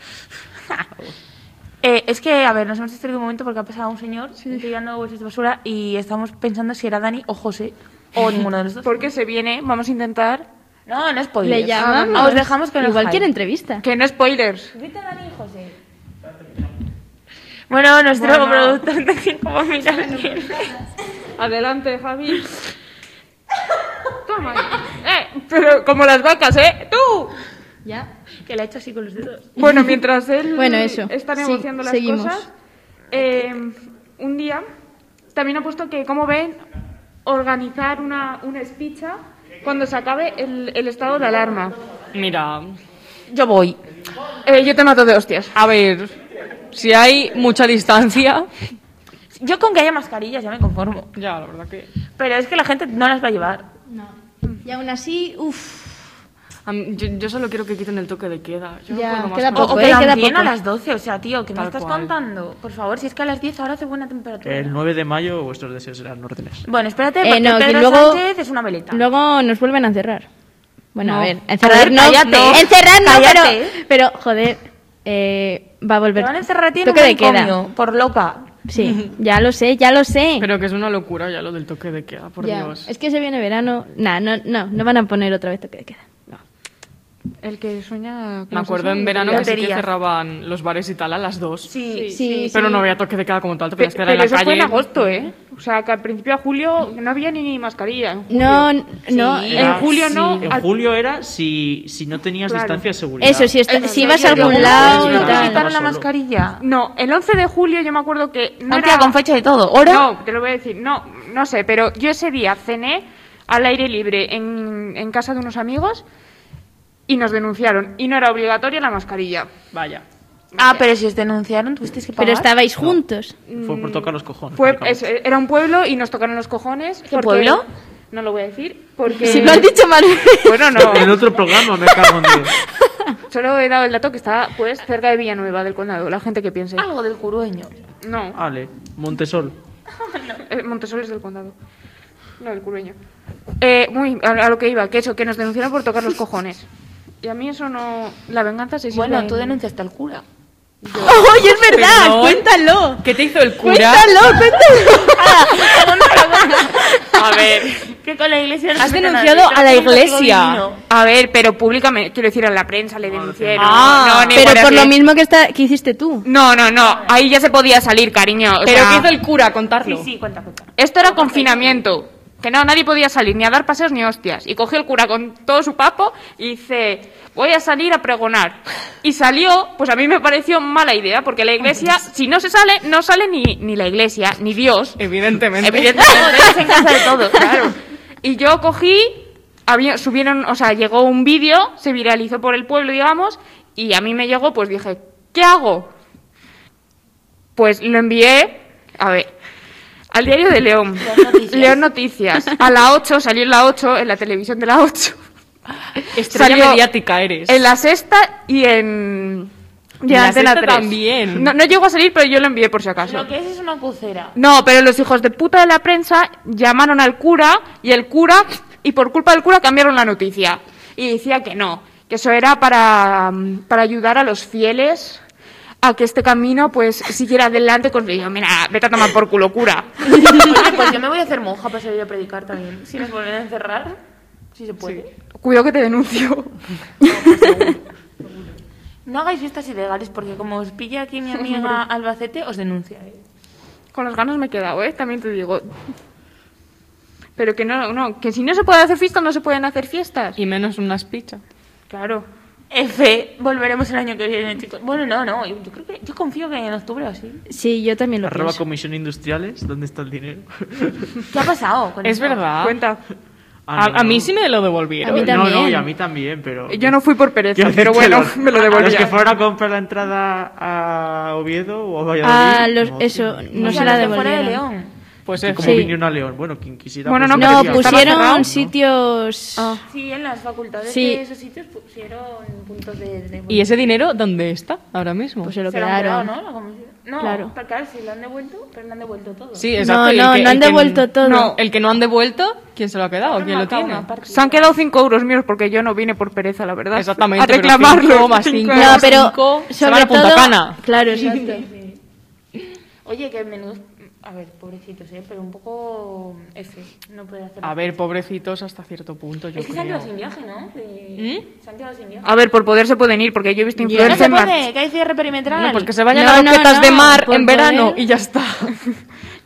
D: Eh, es que, a ver, nos hemos distraído un momento porque ha pasado un señor tirando bolsas de basura y estamos pensando si era Dani o José o ninguno de los dos.
B: Porque se viene, vamos a intentar...
D: No, no spoilers.
C: Le llamamos.
D: Ah, Os dejamos con el
C: Igual
D: hype.
C: quiere entrevista.
B: Que no spoilers.
D: Grita Dani y José. Bueno, nuestro productor también como mira quién
B: Adelante, Javi. Toma. Eh, pero como las vacas, ¿eh? ¡Tú!
C: Ya.
D: Que la ha hecho así con los dedos.
B: Bueno, mientras él
C: Bueno, eso.
B: está
C: Sí,
B: negociando las
C: seguimos.
B: cosas, eh, un día también ha puesto que, como ven, organizar una, una espicha cuando se acabe el, el estado de alarma.
E: Mira,
D: Yo voy. Ah,
B: Eh, yo te mato de hostias.
E: a ver, si hay mucha distancia...
D: Yo con que haya mascarillas ya me conformo.
E: Ya, la verdad que...
D: Pero es que la gente no las va a llevar.
C: No. Y aún así, uff.
E: a mí- Yo, yo solo quiero que quiten el toque de queda. Yo no
C: Ya,
E: puedo más
C: queda
E: con-
D: O, o
C: poco,
D: que
C: eh,
D: la
C: queda
D: amplíen a
C: poco.
D: las 12. O sea, tío, que me
E: Tal
D: estás
E: cual.
D: contando. Por favor, si es que a las 10 ahora hace buena temperatura.
F: El 9 de mayo vuestros deseos serán órdenes.
D: Bueno, espérate, porque
C: Eh, no, que
D: Este Pedro
C: luego,
D: Sánchez es una veleta.
C: luego nos vuelven a encerrar. Bueno,
D: No.
C: a ver, encerrar
D: A ver,
C: no,
D: cállate.
C: no, encerrar no,
D: Cállate.
C: pero, pero joder, eh, va a
D: Te
C: volver.
D: van a encerrar a ti en un
C: Toque de queda.
D: manicomio, por loca. [LAUGHS]
C: Sí, ya lo sé, ya lo sé.
E: Pero que es una locura ya lo del toque de queda, por
C: Ya,
E: Dios.
C: Es que se viene verano. Nah, no, no, no van a poner otra vez toque de queda. No.
B: El que sueña...
E: Me acuerdo en verano que, sí que
D: Lotería.
E: cerraban los bares y tal a las 2.
D: Sí,
C: Sí,
E: Pero no había toque de queda como tal, te
B: Pe-
E: podías
B: Pero,
E: quedar en la
B: eso
E: calle.
B: fue en agosto, ¿eh? O sea, que al principio a julio no había ni mascarilla. en julio.
C: No, no.
D: Sí.
C: eh,
F: Ah.
B: en julio no.
F: En
B: al-
F: julio era si, si no tenías
B: Claro.
F: distancia de seguridad.
C: Eso, si, está-
B: Eso,
C: si
B: no,
C: ibas
B: yo
C: a algún
B: no,
C: lado
B: no,
C: y
B: no,
C: tal.
D: quitaron la
F: Solo.
D: mascarilla.
B: No, el 11 de julio yo me acuerdo que no
D: Han
B: era...
D: quedado con fecha de todo. ¿Hora?
B: No, te lo voy a decir. No, no sé, pero yo ese día cené al aire libre en, en casa de unos amigos y nos denunciaron. Y no era obligatoria la mascarilla.
E: Vaya.
D: Ah, pero si os denunciaron, tuvisteis que pagar.
C: Pero estabais juntos.
F: Fue por tocar los cojones.
B: Mm, Fue,
F: básicamente.
B: eso, eh, era un pueblo y nos tocaron los cojones.
D: ¿Qué pueblo?
B: No lo voy a decir porque...
C: Si lo has dicho mal.
B: Bueno, no.
F: [LAUGHS] En otro programa me cago en Dios.
B: Solo he dado el dato que está pues cerca de Villanueva del Condado, la gente que piense.
D: Algo del curueño.
B: No,
F: Ale, Montesol.
B: eh, Montesol es del Condado. No, del Curueño. Eh, muy, a, a lo que iba, que eso, que nos denunciaron por tocar los cojones. Y a mí eso no... La venganza se sirve
D: Bueno,
B: en-
D: tú denunciaste al cura.
C: [LAUGHS] ¡Oye, es verdad!
E: Perdón.
C: ¡Cuéntalo!
E: ¿Qué te hizo el cura?
C: ¡Cuéntalo, cuéntalo!
E: A ver.
D: Que con la iglesia
E: Has denunciado a la iglesia.
B: A ver, pero públicamente, quiero decir, a la prensa le denunciaron.
E: Ah,
B: no, ni
C: Pero por lo
B: así.
C: mismo que,
D: Ah,
C: está, que hiciste tú.
B: No, no, no, ahí ya se podía salir, cariño. o
E: ¿Pero
B: sea,
E: qué hizo el cura? Contarlo.
D: Sí, cuenta, cuenta.
B: Esto era confinamiento. Que no, nadie podía salir, ni a dar paseos ni hostias. Y cogió el cura con todo su papo y dice, voy a salir a pregonar. Y salió, pues a mí me pareció mala idea, porque la iglesia, si no se sale, no sale ni, ni la iglesia, ni Dios. [LAUGHS]
E: Evidentemente.
B: Evidentemente, es en casa de todo, claro. Y yo cogí, había, subieron, o sea, llegó un vídeo, se viralizó por el pueblo, digamos, y a mí me llegó, pues dije, ¿qué hago? Pues lo envié, a ver, al diario de León.
D: León Noticias.
B: León Noticias. A la 8, salió en la 8, en la televisión de la 8.
E: [LAUGHS] Estrella
B: Salió
E: mediática eres.
B: En la sexta y en... y
E: En la
B: Antena
E: Sexta
B: 3.
E: también.
B: No, no llegó a salir, pero yo lo envié por si acaso.
D: Lo que es es una
B: [LAUGHS]
D: cucera.
B: No, pero los hijos de puta de la prensa llamaron al cura y el cura, y por culpa del cura cambiaron la noticia. Y decía que no, que eso era para, mm, para ayudar a los fieles a que este camino pues siguiera adelante con y yo, mira, vete a tomar por culo cura.
D: Oye, pues yo me voy a hacer monja para salir a predicar también. Si nos vuelven a encerrar, si se puede.
B: Cuidado que te denuncio.
D: No hagáis fiestas ilegales porque como os pilla aquí mi amiga Albacete, os denuncia. ¿eh?
B: Con los ganos me he quedado, ¿eh? También te digo. Pero que no, no, que si no se puede hacer fiestas, no se pueden hacer fiestas.
E: Y menos unas pizzas.
B: Claro.
D: F, volveremos el año que viene, chicos. Bueno, no, no, yo, yo creo que yo confío que en octubre o así.
C: Sí, yo también lo
F: Arroba
C: pienso.
F: Comisión Industriales, ¿dónde está
B: [LAUGHS]
F: el dinero?
D: ¿Qué ha pasado con Pues,
E: Es
D: eso?
E: verdad.
B: Cuenta.
F: Ah,
E: A, a mí sí me lo
C: A
E: devolvieron.
C: mí
F: No, no,
C: también.
F: y a mí también, pero...
B: Yo no fui por pereza,
F: [LAUGHS] Quiero
B: pero
F: decir que
B: bueno,
F: los-
B: me lo
F: Los que
B: devolvieron.
F: fueron a comprar la entrada a Oviedo o a Valladolid...
C: Ah, los-
F: no,
C: eso,
F: tío,
C: no
D: O sea,
C: se la
D: los de fuera de
C: devolvieron.
D: León.
E: Pues
F: que
E: es
F: como
C: Sí.
F: vinieron a León. Bueno, quien quisiera...
B: Bueno, no,
C: No,
F: pues,
B: Estaba cerrado, ¿no?
C: pusieron sitios...
D: Sí, en las facultades
C: Sí.
D: de esos sitios pusieron puntos de... de-
E: ¿Y ese dinero dónde está ahora mismo?
C: Pues se lo
D: Se lo han quedado,
C: quedaron.
D: ¿no? La comisión. No,
C: Claro.
D: pero claro, si lo han devuelto, pero lo han devuelto todo.
E: Sí, exacto.
C: No,
E: y el
C: no,
E: que-
C: no han
E: el que-
C: devuelto todo.
E: No, el que no han devuelto, ¿quién se lo ha quedado?
D: Han
E: ¿Quién lo
D: marcado
E: tiene?
D: una partida.
B: Se han quedado 5 euros míos porque yo no vine por pereza, la verdad.
E: Exactamente,
B: A
E: pero
B: reclamarlo.
E: cinco más
B: Cinco
E: cinco.
B: euros.
C: No, pero
E: Cinco,
C: sobre
E: se van a Punta
C: todo...
E: Cana.
C: Claro, exacto.
D: Oye, que menudo... A ver, pobrecitos, ¿eh? Pero un poco... F, no puede hacer...
E: A ver, pues, pobrecitos hasta cierto punto, yo
D: Es que se han
E: creo.
D: quedado sin viaje, ¿no? De- Se han quedado sin viaje.
B: A ver, por poder se pueden ir porque yo he visto
D: No se
B: influencers más- [LAUGHS]
D: puede, que hay cierre perimetral.
E: No, pues que se vayan
C: No,
E: a
C: no,
E: roquetas
C: no,
E: de mar
C: por
E: en verano
C: poder.
E: y ya está.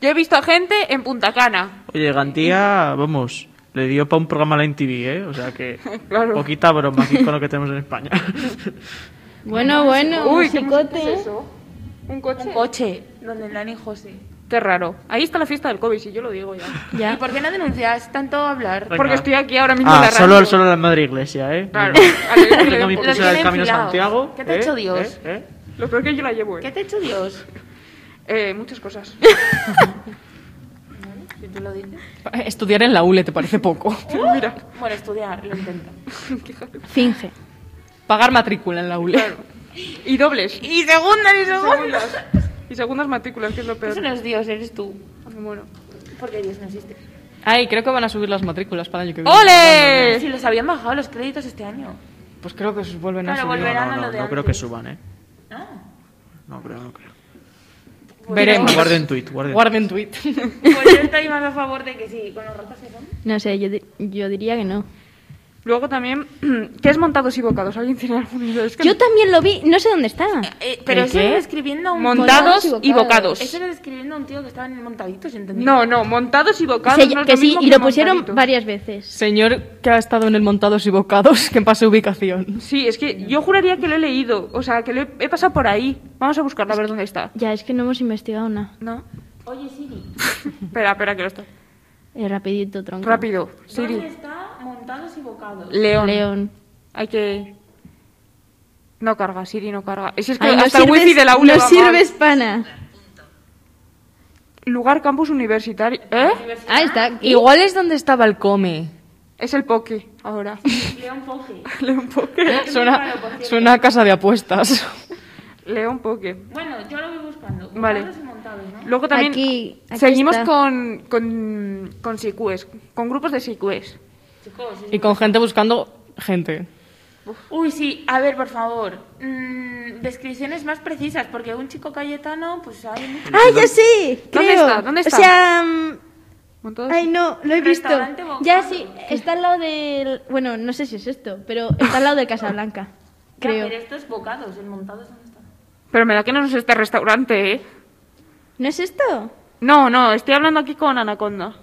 B: Yo he visto a gente en Punta Cana.
F: Oye, Gantía, vamos, le dio para un programa a la NTV, ¿eh? O sea que...
B: [LAUGHS] Claro.
F: Poquita broma aquí con lo que tenemos en España.
C: Bueno, bueno,
B: Uy, qué
C: musicote.
B: música es eso. ¿Un coche?
D: Un coche, donde Nani y José.
B: Qué raro. Ahí está la fiesta del COVID, si yo lo digo ya.
D: ¿Y
C: Ya.
D: por qué no denuncias tanto hablar?
F: Venga.
B: Porque estoy aquí ahora mismo en
F: ah,
B: la
F: solo,
B: radio.
F: solo la madre iglesia, ¿eh?
B: Claro. [LAUGHS]
F: Yo
B: A ver, que le
F: tengo
B: den
F: mi
B: por-
D: Los
F: pulsera del
D: tienen
F: Camino
D: filados.
F: Santiago.
D: ¿Qué te ha
F: ¿eh?
D: hecho Dios?
F: ¿eh? ¿eh?
B: Lo peor que yo la llevo,
D: ¿Qué
B: eh.
D: te ha hecho Dios?
B: Eh, muchas cosas.
D: Si tú lo dices.
E: Estudiar en la ULE te parece poco.
B: Mira,
D: Bueno, estudiar, lo intento.
C: Finge.
E: Pagar matrícula en la ULE.
B: claro. [LAUGHS] Y dobles.
D: Y segunda, y segunda.
B: Segundas. Y segundas matrículas, que es lo peor.
D: Eso no es Dios, eres tú.
B: Me muero.
D: Porque Dios no existe.
E: Ay, creo que van a subir las matrículas para el año que viene.
D: Eh.
B: ¡Ole!
D: Si los habían bajado los créditos este año.
E: Pues creo que sus vuelven a
D: Claro,
E: subir.
D: volverá. Verano
F: No,
D: lo
F: no,
D: de
F: no creo
D: antes.
F: que suban, ¿eh? No creo, no creo.
E: Veremos.
F: Guarden tuit, guarden.
E: Guarden tweet.
D: Pues yo estoy más a favor de que sí, con los ratas que son.
C: No sé, yo, di- yo diría que no.
B: Luego también, [CLEARS THROAT] ¿qué es montados y bocados? ¿Alguien tiene alguna idea? Es que
C: Yo también lo vi, no sé dónde está.
D: Eh, pero
E: ¿El
D: eso
E: qué?
D: era describiendo
B: Pues
D: un
B: Montados
D: tío.
B: y bocados.
D: Eso era describiendo a un tío que estaba en el montaditos, ¿entendí?
B: No, no, montados y bocados.
C: Se-
B: no es
C: que
B: lo
C: sí,
B: mismo
C: y
B: que
C: lo pusieron
B: montaditos.
C: varias veces.
E: [LAUGHS] Señor que ha estado en el Montados y Bocados, que pase ubicación.
B: Sí, es que yo juraría que lo he leído, o sea, que lo he, he pasado por ahí. Vamos a buscarlo a ver dónde está.
C: Ya, es que no hemos investigado nada.
B: ¿No?
D: Oye, Siri,
B: espera, espera, que lo está.
C: Eh, rapidito, tronco.
B: Rápido,
D: ¿dónde
B: Siri.
D: está montados y bocados?
B: León.
C: León.
B: Hay que. No carga, Siri no carga. Es, es que
C: Ay, no
B: hasta el
C: sirves-
B: wifi de la ULE
C: No
B: va mal.
C: sirves, pana.
B: Lugar campus universitario. ¿Eh?
C: Ah, está. aquí.
E: Igual es donde estaba el come.
B: Es el poke ahora. [LAUGHS]
D: León Poge.
B: León poke.
E: Suena, suena a casa de apuestas.
B: León poke.
D: Bueno, yo lo voy buscando.
B: Vale.
D: Bocados y montados, ¿no?
B: Luego también
C: Aquí- aquí
B: seguimos
C: está.
B: con con con sicues, con grupos de sicues.
D: Chicos, es-
E: Y con gente buscando gente.
D: Uy, sí, a ver, por favor. Mm, descripciones más precisas, porque un chico cayetano, pues hay mucho.
C: Ah, ya sé.
B: ¿Dónde
C: creo.
B: está? ¿Dónde está?
C: O sea, mm,
B: Montados-
C: ay no, lo he visto.
D: Restaurante Bocado.
C: Ya sí, está al lado del, bueno, no sé si es esto, pero está al lado de
D: [LAUGHS]
C: Casablanca, creo.
D: Pero estos bocados, el montado ¿dónde está?
B: Pero me da que no es este restaurante, ¿eh?
C: ¿No es esto?
B: No, no, estoy hablando aquí con Anaconda.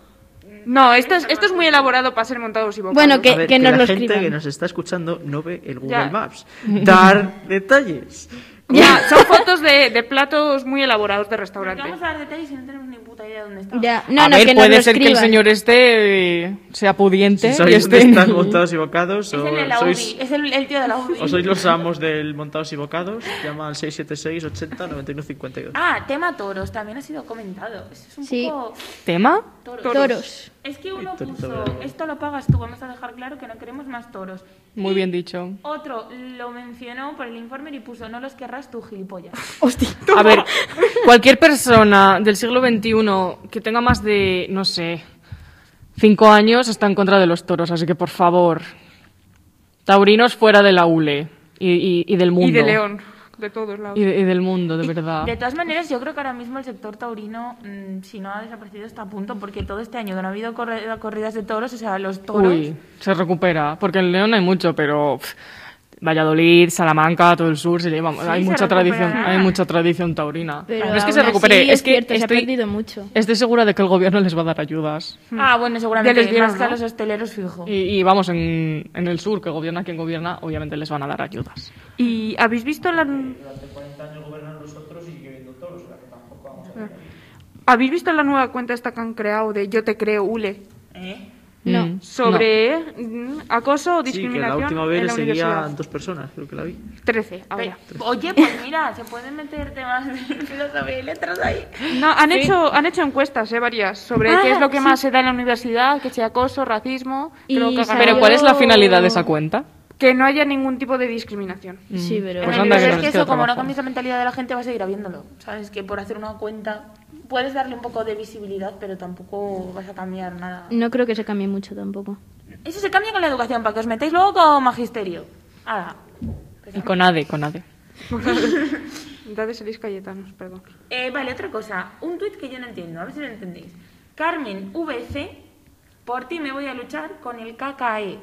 B: No, esto es, esto es muy elaborado para ser montados y bocados.
C: Bueno,
F: A
C: que-
F: ver,
C: nos lo
F: la gente
C: escriban.
F: que nos está escuchando no ve el Google
B: Ya.
F: Maps. Dar
D: [LAUGHS]
F: detalles.
B: Ya, son fotos de, de platos muy elaborados de
D: Porque vamos a
B: restaurante.
D: dar detalles y no tenemos ni puta idea de dónde está.
C: Ya, no,
E: a
C: no,
E: ver,
C: que nos
E: puede
C: lo
E: ser que el
C: escriban.
E: señor este eh, sea pudiente
F: Si
E: y
F: sois
E: esté
F: de
E: en-
F: están montados y bocados,
D: Es
F: o
D: el de la
F: sois,
D: UBI, es el, el tío de la UBI.
F: o sois los amos del montados y bocados, llama al 676 80 91 52.
D: Ah, tema toros, también ha sido comentado. Eso es un
C: Sí.
D: poco
E: ¿Tema?
D: toros.
C: Toros.
D: Es que uno
F: Ay,
D: puso,
F: torito.
D: esto lo pagas tú, vamos a dejar claro que no queremos más toros.
E: Muy bien dicho.
D: Otro lo mencionó por el informe y puso, no los querrás tú, gilipollas.
C: Hostia.
E: A ver, cualquier persona del siglo XXI que tenga más de, no sé, cinco años está en contra de los toros, así que por favor, taurinos fuera de la ULE y, y- y del mundo.
B: Y de León, de todos lados.
E: Y, de- y del mundo, de verdad.
D: De todas maneras, yo creo que ahora mismo el sector taurino, mm, si no ha desaparecido, está a punto, porque todo este año que no ha habido corre- corridas de toros, o sea, los toros...
E: Uy, se recupera, porque en León hay mucho, pero pff, Valladolid, Salamanca, todo el sur, se lleva, hay
D: se
E: mucha tradición,
D: recuperará.
E: hay mucha tradición taurina.
C: Pero
E: no es que
C: aún
E: se recupere,
C: así
E: es, que
C: cierto, se ha
E: estoy,
C: perdido mucho.
E: estoy segura de que el gobierno les va a dar ayudas.
D: Ah, bueno, seguramente
B: Ya les dieron,
D: más que a
B: ¿no?
D: los hosteleros
C: Oh.
D: fijo.
E: Y, y vamos, en, en el sur, que gobierna quien gobierna, obviamente les van a dar ayudas.
B: ¿Y habéis visto la... Ah. ¿Habéis visto la nueva cuenta esta que han creado de Yo te creo, Ule?
D: ¿Eh?
C: No.
E: Mm,
B: Sobre mm, acoso o
F: Sí, que
B: discriminación
F: la última vez
B: en
F: le
B: la universidad. ah,
F: seguían dos personas, creo que la vi.
B: 13, ahora.
D: Pero- Ah, oye, pues mira, se pueden meter temas de [LAUGHS] filosofía y letras ahí.
B: No, han, hecho, han hecho encuestas, eh, varias, sobre qué
E: Ah,
B: es lo que más se da en la universidad, que sea acoso, racismo,
C: Y
B: creo que, hagan-
C: salió-
E: Pero ¿cuál es la finalidad de esa cuenta?
B: que no haya ningún tipo
E: [LAUGHS]
B: de discriminación.
C: Sí, pero
E: Pues
D: Pero
E: anda, que
D: es
E: nos
D: que
E: queda
D: eso, como no
E: trabajo.
D: cambies la mentalidad de la gente, vas a seguir habiéndolo. Sabes que por hacer una cuenta puedes darle un poco de visibilidad, pero tampoco vas a cambiar nada.
C: no creo que se cambie mucho tampoco.
D: Eso se cambia con la educación, para que os metáis luego con magisterio. Ahora,
E: Y con ADE, con ADE.
B: Entonces salís cayetanos, perdón.
D: Eh, vale, otra cosa. Un tuit que yo no entiendo, a ver si lo entendéis. Carmen VC, por ti me voy a luchar con el E. KKE.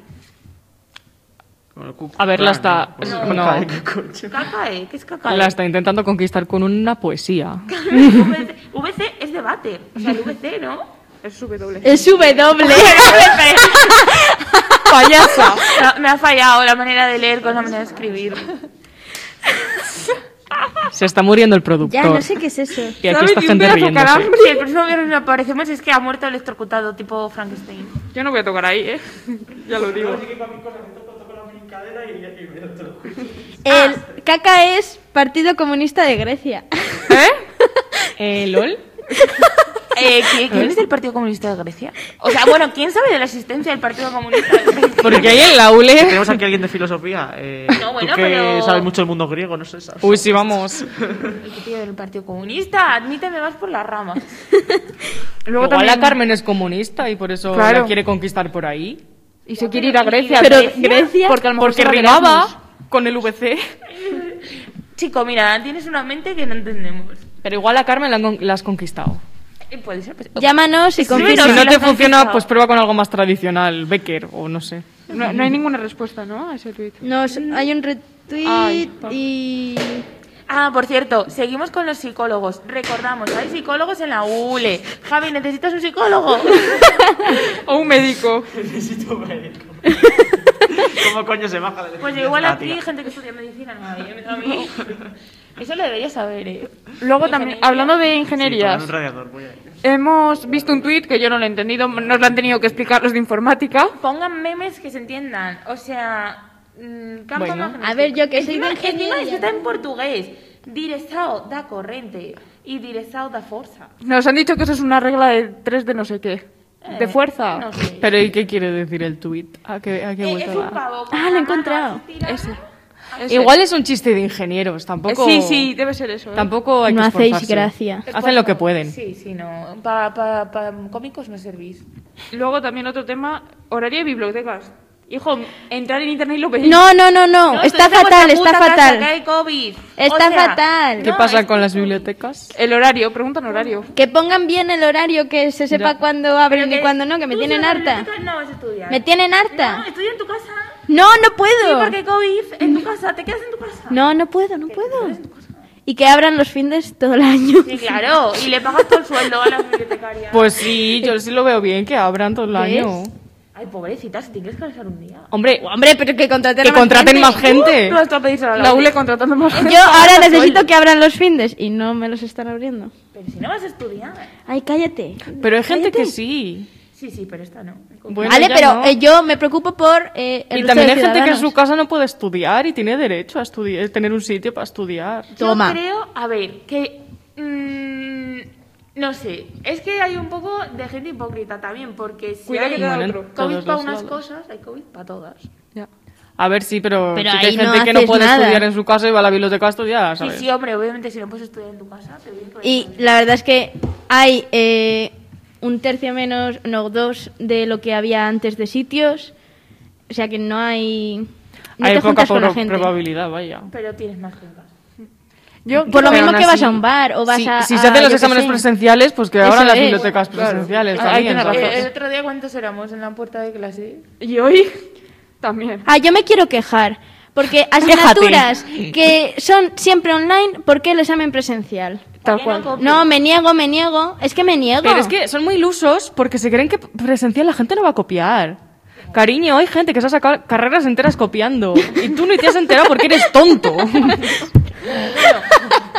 F: Con el Ku Klux
E: A ver, la
F: Klan,
E: está-
F: ¿no? pues, Con-
E: no.
F: Ay, qué coño.
D: ¿KKE? E, ¿Qué es KKE?
E: La está intentando conquistar con una poesía.
D: VC, VC es debate. O sea, el VC, ¿no?
B: Es W.
E: Eh,
C: Es W.
E: ¡Payasa!
D: No, Me ha fallado la manera de leer con la manera de escribir.
E: Se está muriendo el productor.
C: [LAUGHS] ya, no sé qué es eso.
D: Ah.
E: Y aquí
B: ¿Sabes?
E: está
B: Y un
E: gente
B: día
E: riéndose.
B: tocarán.
D: Sí, el próximo viernes nos aparecemos es que ha muerto electrocutado, tipo Frankenstein.
B: Yo no voy a tocar ahí, ¿eh? [LAUGHS] ya lo digo.
C: El KK es Partido Comunista de Grecia.
E: Eh, ¿Lol?
D: Eh, ¿qui- ¿Quién es del Partido Comunista de Grecia? O sea, bueno, ¿quién sabe de la existencia del Partido Comunista de Grecia?
E: Porque hay en la ULE...
F: Tenemos aquí a alguien de filosofía. Eh,
D: No,
F: tú
D: bueno,
F: que
D: pero-
F: sabes mucho del mundo griego, no sé. sabes-
E: Uy, sí, vamos.
D: El que tiene del Partido Comunista, admíteme, vas por las ramas.
B: Luego
E: Igual
B: también...
E: la Carmen es comunista y por eso
B: Claro.
E: la quiere conquistar por ahí.
B: Y se quiere ir a Grecia.
C: Pero Grecia...
B: Porque a lo mejor
E: Porque
B: se va de Erasmus.
E: rimaba con el VC.
D: Chico, mira, tienes una mente que no entendemos.
E: Pero igual a Carmen la, han con- la has conquistado.
D: Eh, Puede ser, pues-
C: [LAUGHS] Llámanos y
D: Sí, no,
E: si
C: confiesa.
E: no
D: las
E: te
D: has
E: funciona,
D: conquistado.
E: pues prueba con algo más tradicional, Becker o no sé.
B: No, no hay ninguna respuesta, ¿no? A ese tweet.
C: No, s- hay un retweet
B: Ay,
C: y...
D: Ah, por cierto, seguimos con los psicólogos. Recordamos, hay psicólogos en la ULE. Javi, ¿necesitas un psicólogo?
B: O un médico.
F: [LAUGHS] Necesito médico.
E: [LAUGHS]
F: ¿Cómo coño se baja del
D: Pues igual aquí hay gente que estudia medicina. No, hay, ¿eh? a mí. Eso lo deberías saber, ¿eh?
B: Luego también,
D: Ingeniería.
B: hablando de
F: ingeniería.
B: ingenierías,
F: un radiador, voy a ir.
B: hemos visto un tuit que yo no lo he entendido, nos lo han tenido que explicar los de informática.
D: Pongan memes que se entiendan. O sea, mm, campo
E: Bueno.
D: magnético.
C: A ver, yo que soy
D: Encima-
C: de ingeniería.
D: encima eso está en portugués. Direção da corriente y direção da fuerza.
B: Nos han dicho que eso es una regla de tres de no sé qué. De
D: Eh,
B: fuerza.
C: [LAUGHS]
D: No sé.
E: Pero ¿y qué quiere decir el tweet? ¿A qué, a qué
D: Eh,
E: vuelta
D: es un
E: va?
D: pavo.
C: Ah, lo he encontrado.
D: Ese.
B: Ese.
E: Igual es un chiste de ingenieros,
B: Eh,
E: tampoco...
B: Sí, sí, debe ser eso. ¿eh?
E: Tampoco hay
C: No
E: que
C: hacéis
E: esforzarse.
C: gracia.
E: Hacen lo que pueden.
D: Sí, sí, no. Para pa, pa, cómicos no servís.
B: Luego también otro tema, horario de bibliotecas. Hijo, entrar en internet y lo veis.
C: No, no, no, no. está
D: estoy en
C: fatal,
D: vuestra
C: está
D: puta casa,
C: fatal.
D: que hay COVID.
C: Está
D: O sea,
C: fatal.
E: ¿Qué
D: no,
E: pasa
D: es
E: con
D: que-
E: las bibliotecas?
B: El horario, preguntan horario.
C: Que pongan bien el horario, que se sepa
E: Ya.
C: cuándo abren
D: Pero
C: y cuándo no, que me
D: tú
C: tienen
D: sola en la
C: harta.
D: biblioteca No, vas a estudiar.
C: Me tienen harta.
D: No, estudia en tu casa.
C: No, no puedo.
D: Porque COVID en tu casa, te quedas en tu casa.
C: No, no puedo, no puedo. Y que abran los fines todo el año. [LAUGHS]
D: Sí, claro, y le pagas todo el sueldo a las bibliotecarias.
E: Pues sí, yo sí lo veo bien, que abran todo el año.
C: ¿Ves?
D: Ay, pobrecita, si tienes que alzar un día.
E: Hombre,
C: Hombre, pero que contraten
E: que
C: a más
E: contraten
C: gente. Uh,
E: más gente.
D: Tú has estado a pedirse a la
B: La
D: ULE.
B: ULE contratando más gente.
C: Yo ahora necesito que abran los findes y no me los están abriendo.
D: Pero si no vas a estudiar.
C: Ay, cállate.
E: Pero hay gente que
C: Cállate.
E: sí.
D: Sí, sí, pero esta no.
E: Bueno,
C: vale,
E: ya
C: pero
E: no.
C: eh, yo me preocupo por eh, el
E: Y
C: resto
E: también
C: de
E: hay gente que en
C: ciudadanos.
E: su casa no puede estudiar y tiene derecho a estudiar, tener un sitio para estudiar.
C: Toma.
D: Yo creo, a ver, que. mm, no sé, es que hay un poco de gente hipócrita también, porque si
B: Cuidado
D: hay
B: que te da
E: Bueno, en
B: otro.
E: todos
D: COVID para
E: los
D: unas
E: lados.
D: cosas, hay COVID para todas.
E: A ver, sí, pero,
C: Pero
E: sí que hay
C: ahí no
E: gente que no
C: haces
E: puede
C: nada.
E: estudiar en su casa y va a la biblioteca a estudiar,
D: Sí,
E: ¿sabes?
D: sí, hombre, obviamente si no puedes estudiar en tu casa, te voy a poner
C: Y
D: COVID.
C: la verdad es que hay eh, un tercio menos, no, dos de lo que había antes de sitios. O sea que no hay. No
E: hay
C: te
E: poca
C: juntas con la
E: pro-
C: gente.
E: probabilidad, vaya.
D: Pero tienes más que en casa.
B: Yo-
C: Por lo
E: Pero
C: mismo
E: aún
C: que vas
E: así-
C: a un bar o vas
E: Sí,
C: a.
E: Si
C: a-
E: se hacen
C: yo
E: los
C: qué
E: exámenes
C: sé.
E: presenciales, pues que ahora
C: Eso
E: las
C: es.
E: bibliotecas presenciales
B: Claro, ahí
E: también,
B: tienes
E: ¿sabes?
B: razón.
D: el otro día, ¿cuántos éramos en la puerta de clase?
B: Y hoy [LAUGHS] también.
C: Ah, yo me quiero quejar.
E: [LAUGHS]
C: Porque asignaturas que son siempre online, ¿por qué el examen presencial?
B: Tal
D: Oye,
B: cual.
D: no,
C: No, me niego, me niego. Es que me niego.
E: Pero es que son muy ilusos porque se creen que presencial la gente no va a copiar. Cariño, hay gente que se ha sacado carreras enteras copiando y tú ni te has enterado porque eres tonto.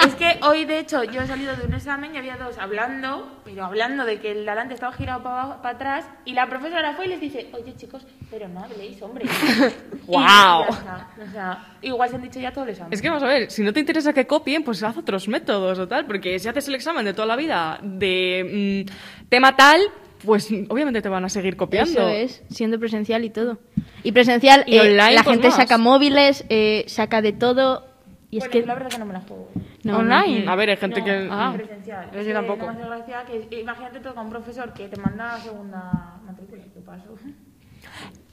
D: Es que hoy, de hecho, yo he salido de un examen y había dos hablando, pero hablando de que el de adelante estaba girado para atrás, y la profesora fue y les dice, oye chicos, pero no habléis,
E: [LAUGHS]
D: hombre. Y
E: Guau.
D: ya está. O sea, igual se han dicho ya todo el
E: [LAUGHS]
D: examen.
E: Es que vamos a ver, si no te interesa que copien, pues haz otros métodos o tal, porque si haces el examen de toda la vida de mm, tema tal, pues mm, obviamente te van a seguir copiando.
C: Eso es, siendo presencial y todo. Y presencial,
E: Y
C: eh,
E: online,
C: la
E: pues
C: gente
E: más.
C: saca móviles, eh, saca de todo. Y es
D: Bueno,
C: que.
D: la verdad que no me la juego.
C: no,
E: Online.
C: no. Ah.
E: A ver, hay gente
D: No,
E: que. Ah. mm.
D: presencial.
E: Yo
D: Es que
E: tampoco.
D: No me hace gracia que, imagínate toca un profesor que te manda a segunda matrícula, ¿qué paso? [LAUGHS]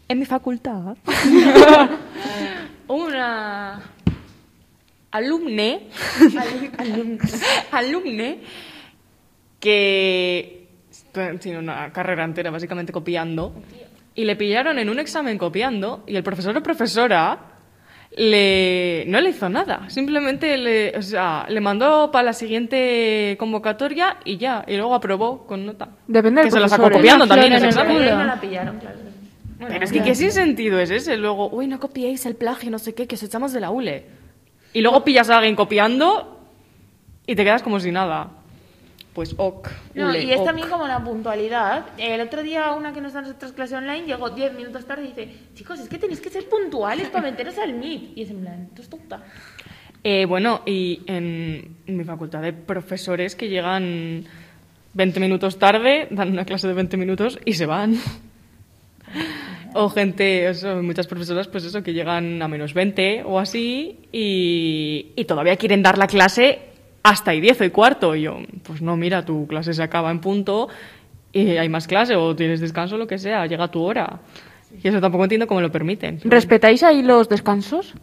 E: En mi facultad. [LAUGHS] Una [LAUGHS] alumne. alumne. Que tiene una carrera entera básicamente copiando. Y le pillaron en un examen copiando y el profesor o profesora le, no le hizo nada. Simplemente le, o sea, le mandó para la siguiente convocatoria y ya. Y luego aprobó con nota.
B: Depende del
E: que se lo sacó
B: profesor, ¿eh?
E: copiando también
C: Una
E: ese
C: flor en el
E: examen.
C: culo.
D: No la pillaron, claro. Bueno,
E: Pero es que qué sin sentido es ese. Luego, uy, no copiéis el plagio, no sé qué, que os echamos de la ULE. Y luego pillas a alguien copiando y te quedas como si nada. Pues ok,
D: No,
E: ule,
D: y es
E: ok.
D: también como la puntualidad. El otro día una que nos da nuestras clase online llegó 10 minutos tarde y dice, chicos, es que tenéis que ser puntuales para meteros al MIT. Y es en plan, tú es tonta.
E: Eh, bueno, y en mi facultad de profesores que llegan 20 minutos tarde, dan una clase de 20 minutos y se van. O gente, eso, muchas profesoras, pues eso, que llegan a menos 20 o así y, y todavía quieren dar la clase hasta y 10 o y cuarto. Y yo, pues no, mira, tu clase se acaba en punto y hay más clase o tienes descanso, lo que sea, llega tu hora. Y eso tampoco entiendo cómo lo permiten. pero bueno.
B: ¿Respetáis ahí los descansos?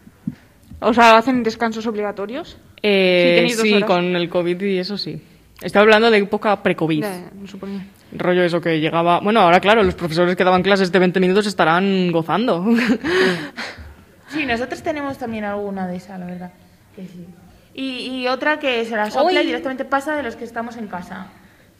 B: O sea, ¿hacen descansos obligatorios?
E: Eh,
B: Sí, tenéis dos
E: sí,
B: horas.
E: con el COVID y eso sí. Estaba hablando de época pre-COVID.
B: Ya, ya, no suponía.
E: Rollo eso que llegaba. Bueno, ahora claro, los profesores que daban clases de 20 minutos estarán gozando.
D: Sí, nosotros tenemos también alguna de esa, la verdad. Que sí. y, y otra que se la sopla y directamente pasa de los que estamos en casa.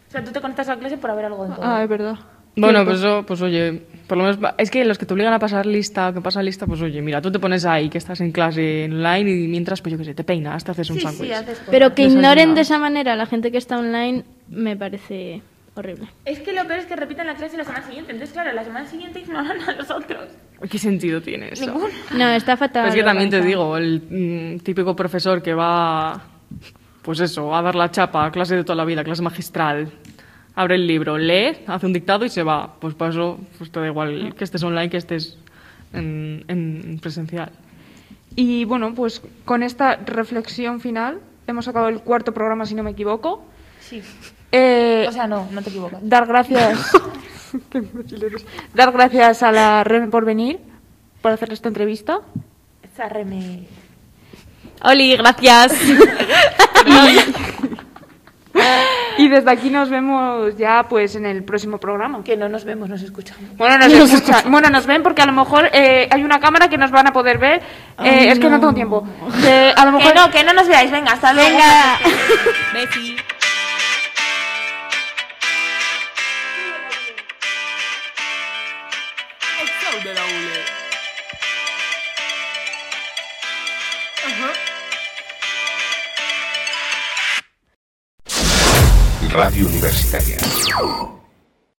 D: O sea, tú te conectas a la clase por haber algo en todo.
B: Ah, es verdad.
E: [LAUGHS] bueno, pues, eso, pues oye, por lo menos pa- es que los que te obligan a pasar lista, que pasa lista, pues oye, mira, tú te pones ahí que estás en clase online y mientras, pues yo qué sé, te peinas, te haces un
D: sí,
E: sándwich.
D: sí, haces cosas.
C: Pero que
E: Desayunar.
C: ignoren de esa manera a la gente que está online me parece horrible.
D: Es que lo peor es que repiten la clase la semana siguiente. Entonces, claro, la semana siguiente ignoran a los otros.
E: ¿Qué sentido tiene eso?
D: Ninguno.
C: No, está fatal.
E: Es que también te digo,
C: organizado.
E: el mm, típico profesor que va, pues eso, a dar la chapa, a clase de toda la vida, clase magistral, abre el libro, lee, hace un dictado y se va. Pues para eso pues te da igual que estés online, que estés en, en presencial.
B: Y bueno, pues con esta reflexión final hemos acabado el cuarto programa, si no me equivoco.
D: Sí.
B: Eh,
D: O sea, no, no te equivocas.
B: dar
D: [LAUGHS]
B: gracias. [LAUGHS] Qué imbécil eres. dar gracias a la REN por venir, por hacer esta entrevista.
D: Sarreme.
C: Oli, gracias.
B: Y desde aquí nos vemos ya pues en el próximo programa.
D: Que no nos vemos, [LAUGHS] nos escuchamos.
B: Bueno, nos escuchan. Bueno, nos ven porque a lo mejor eh, hay una cámara que nos van a poder ver. Eh, es que no tengo tiempo. Que
D: [LAUGHS]
B: a lo
D: Que
B: mejor
D: no, que no nos veáis. Venga, hasta luego.
C: Venga.
D: Besi.
A: Radio Universitaria.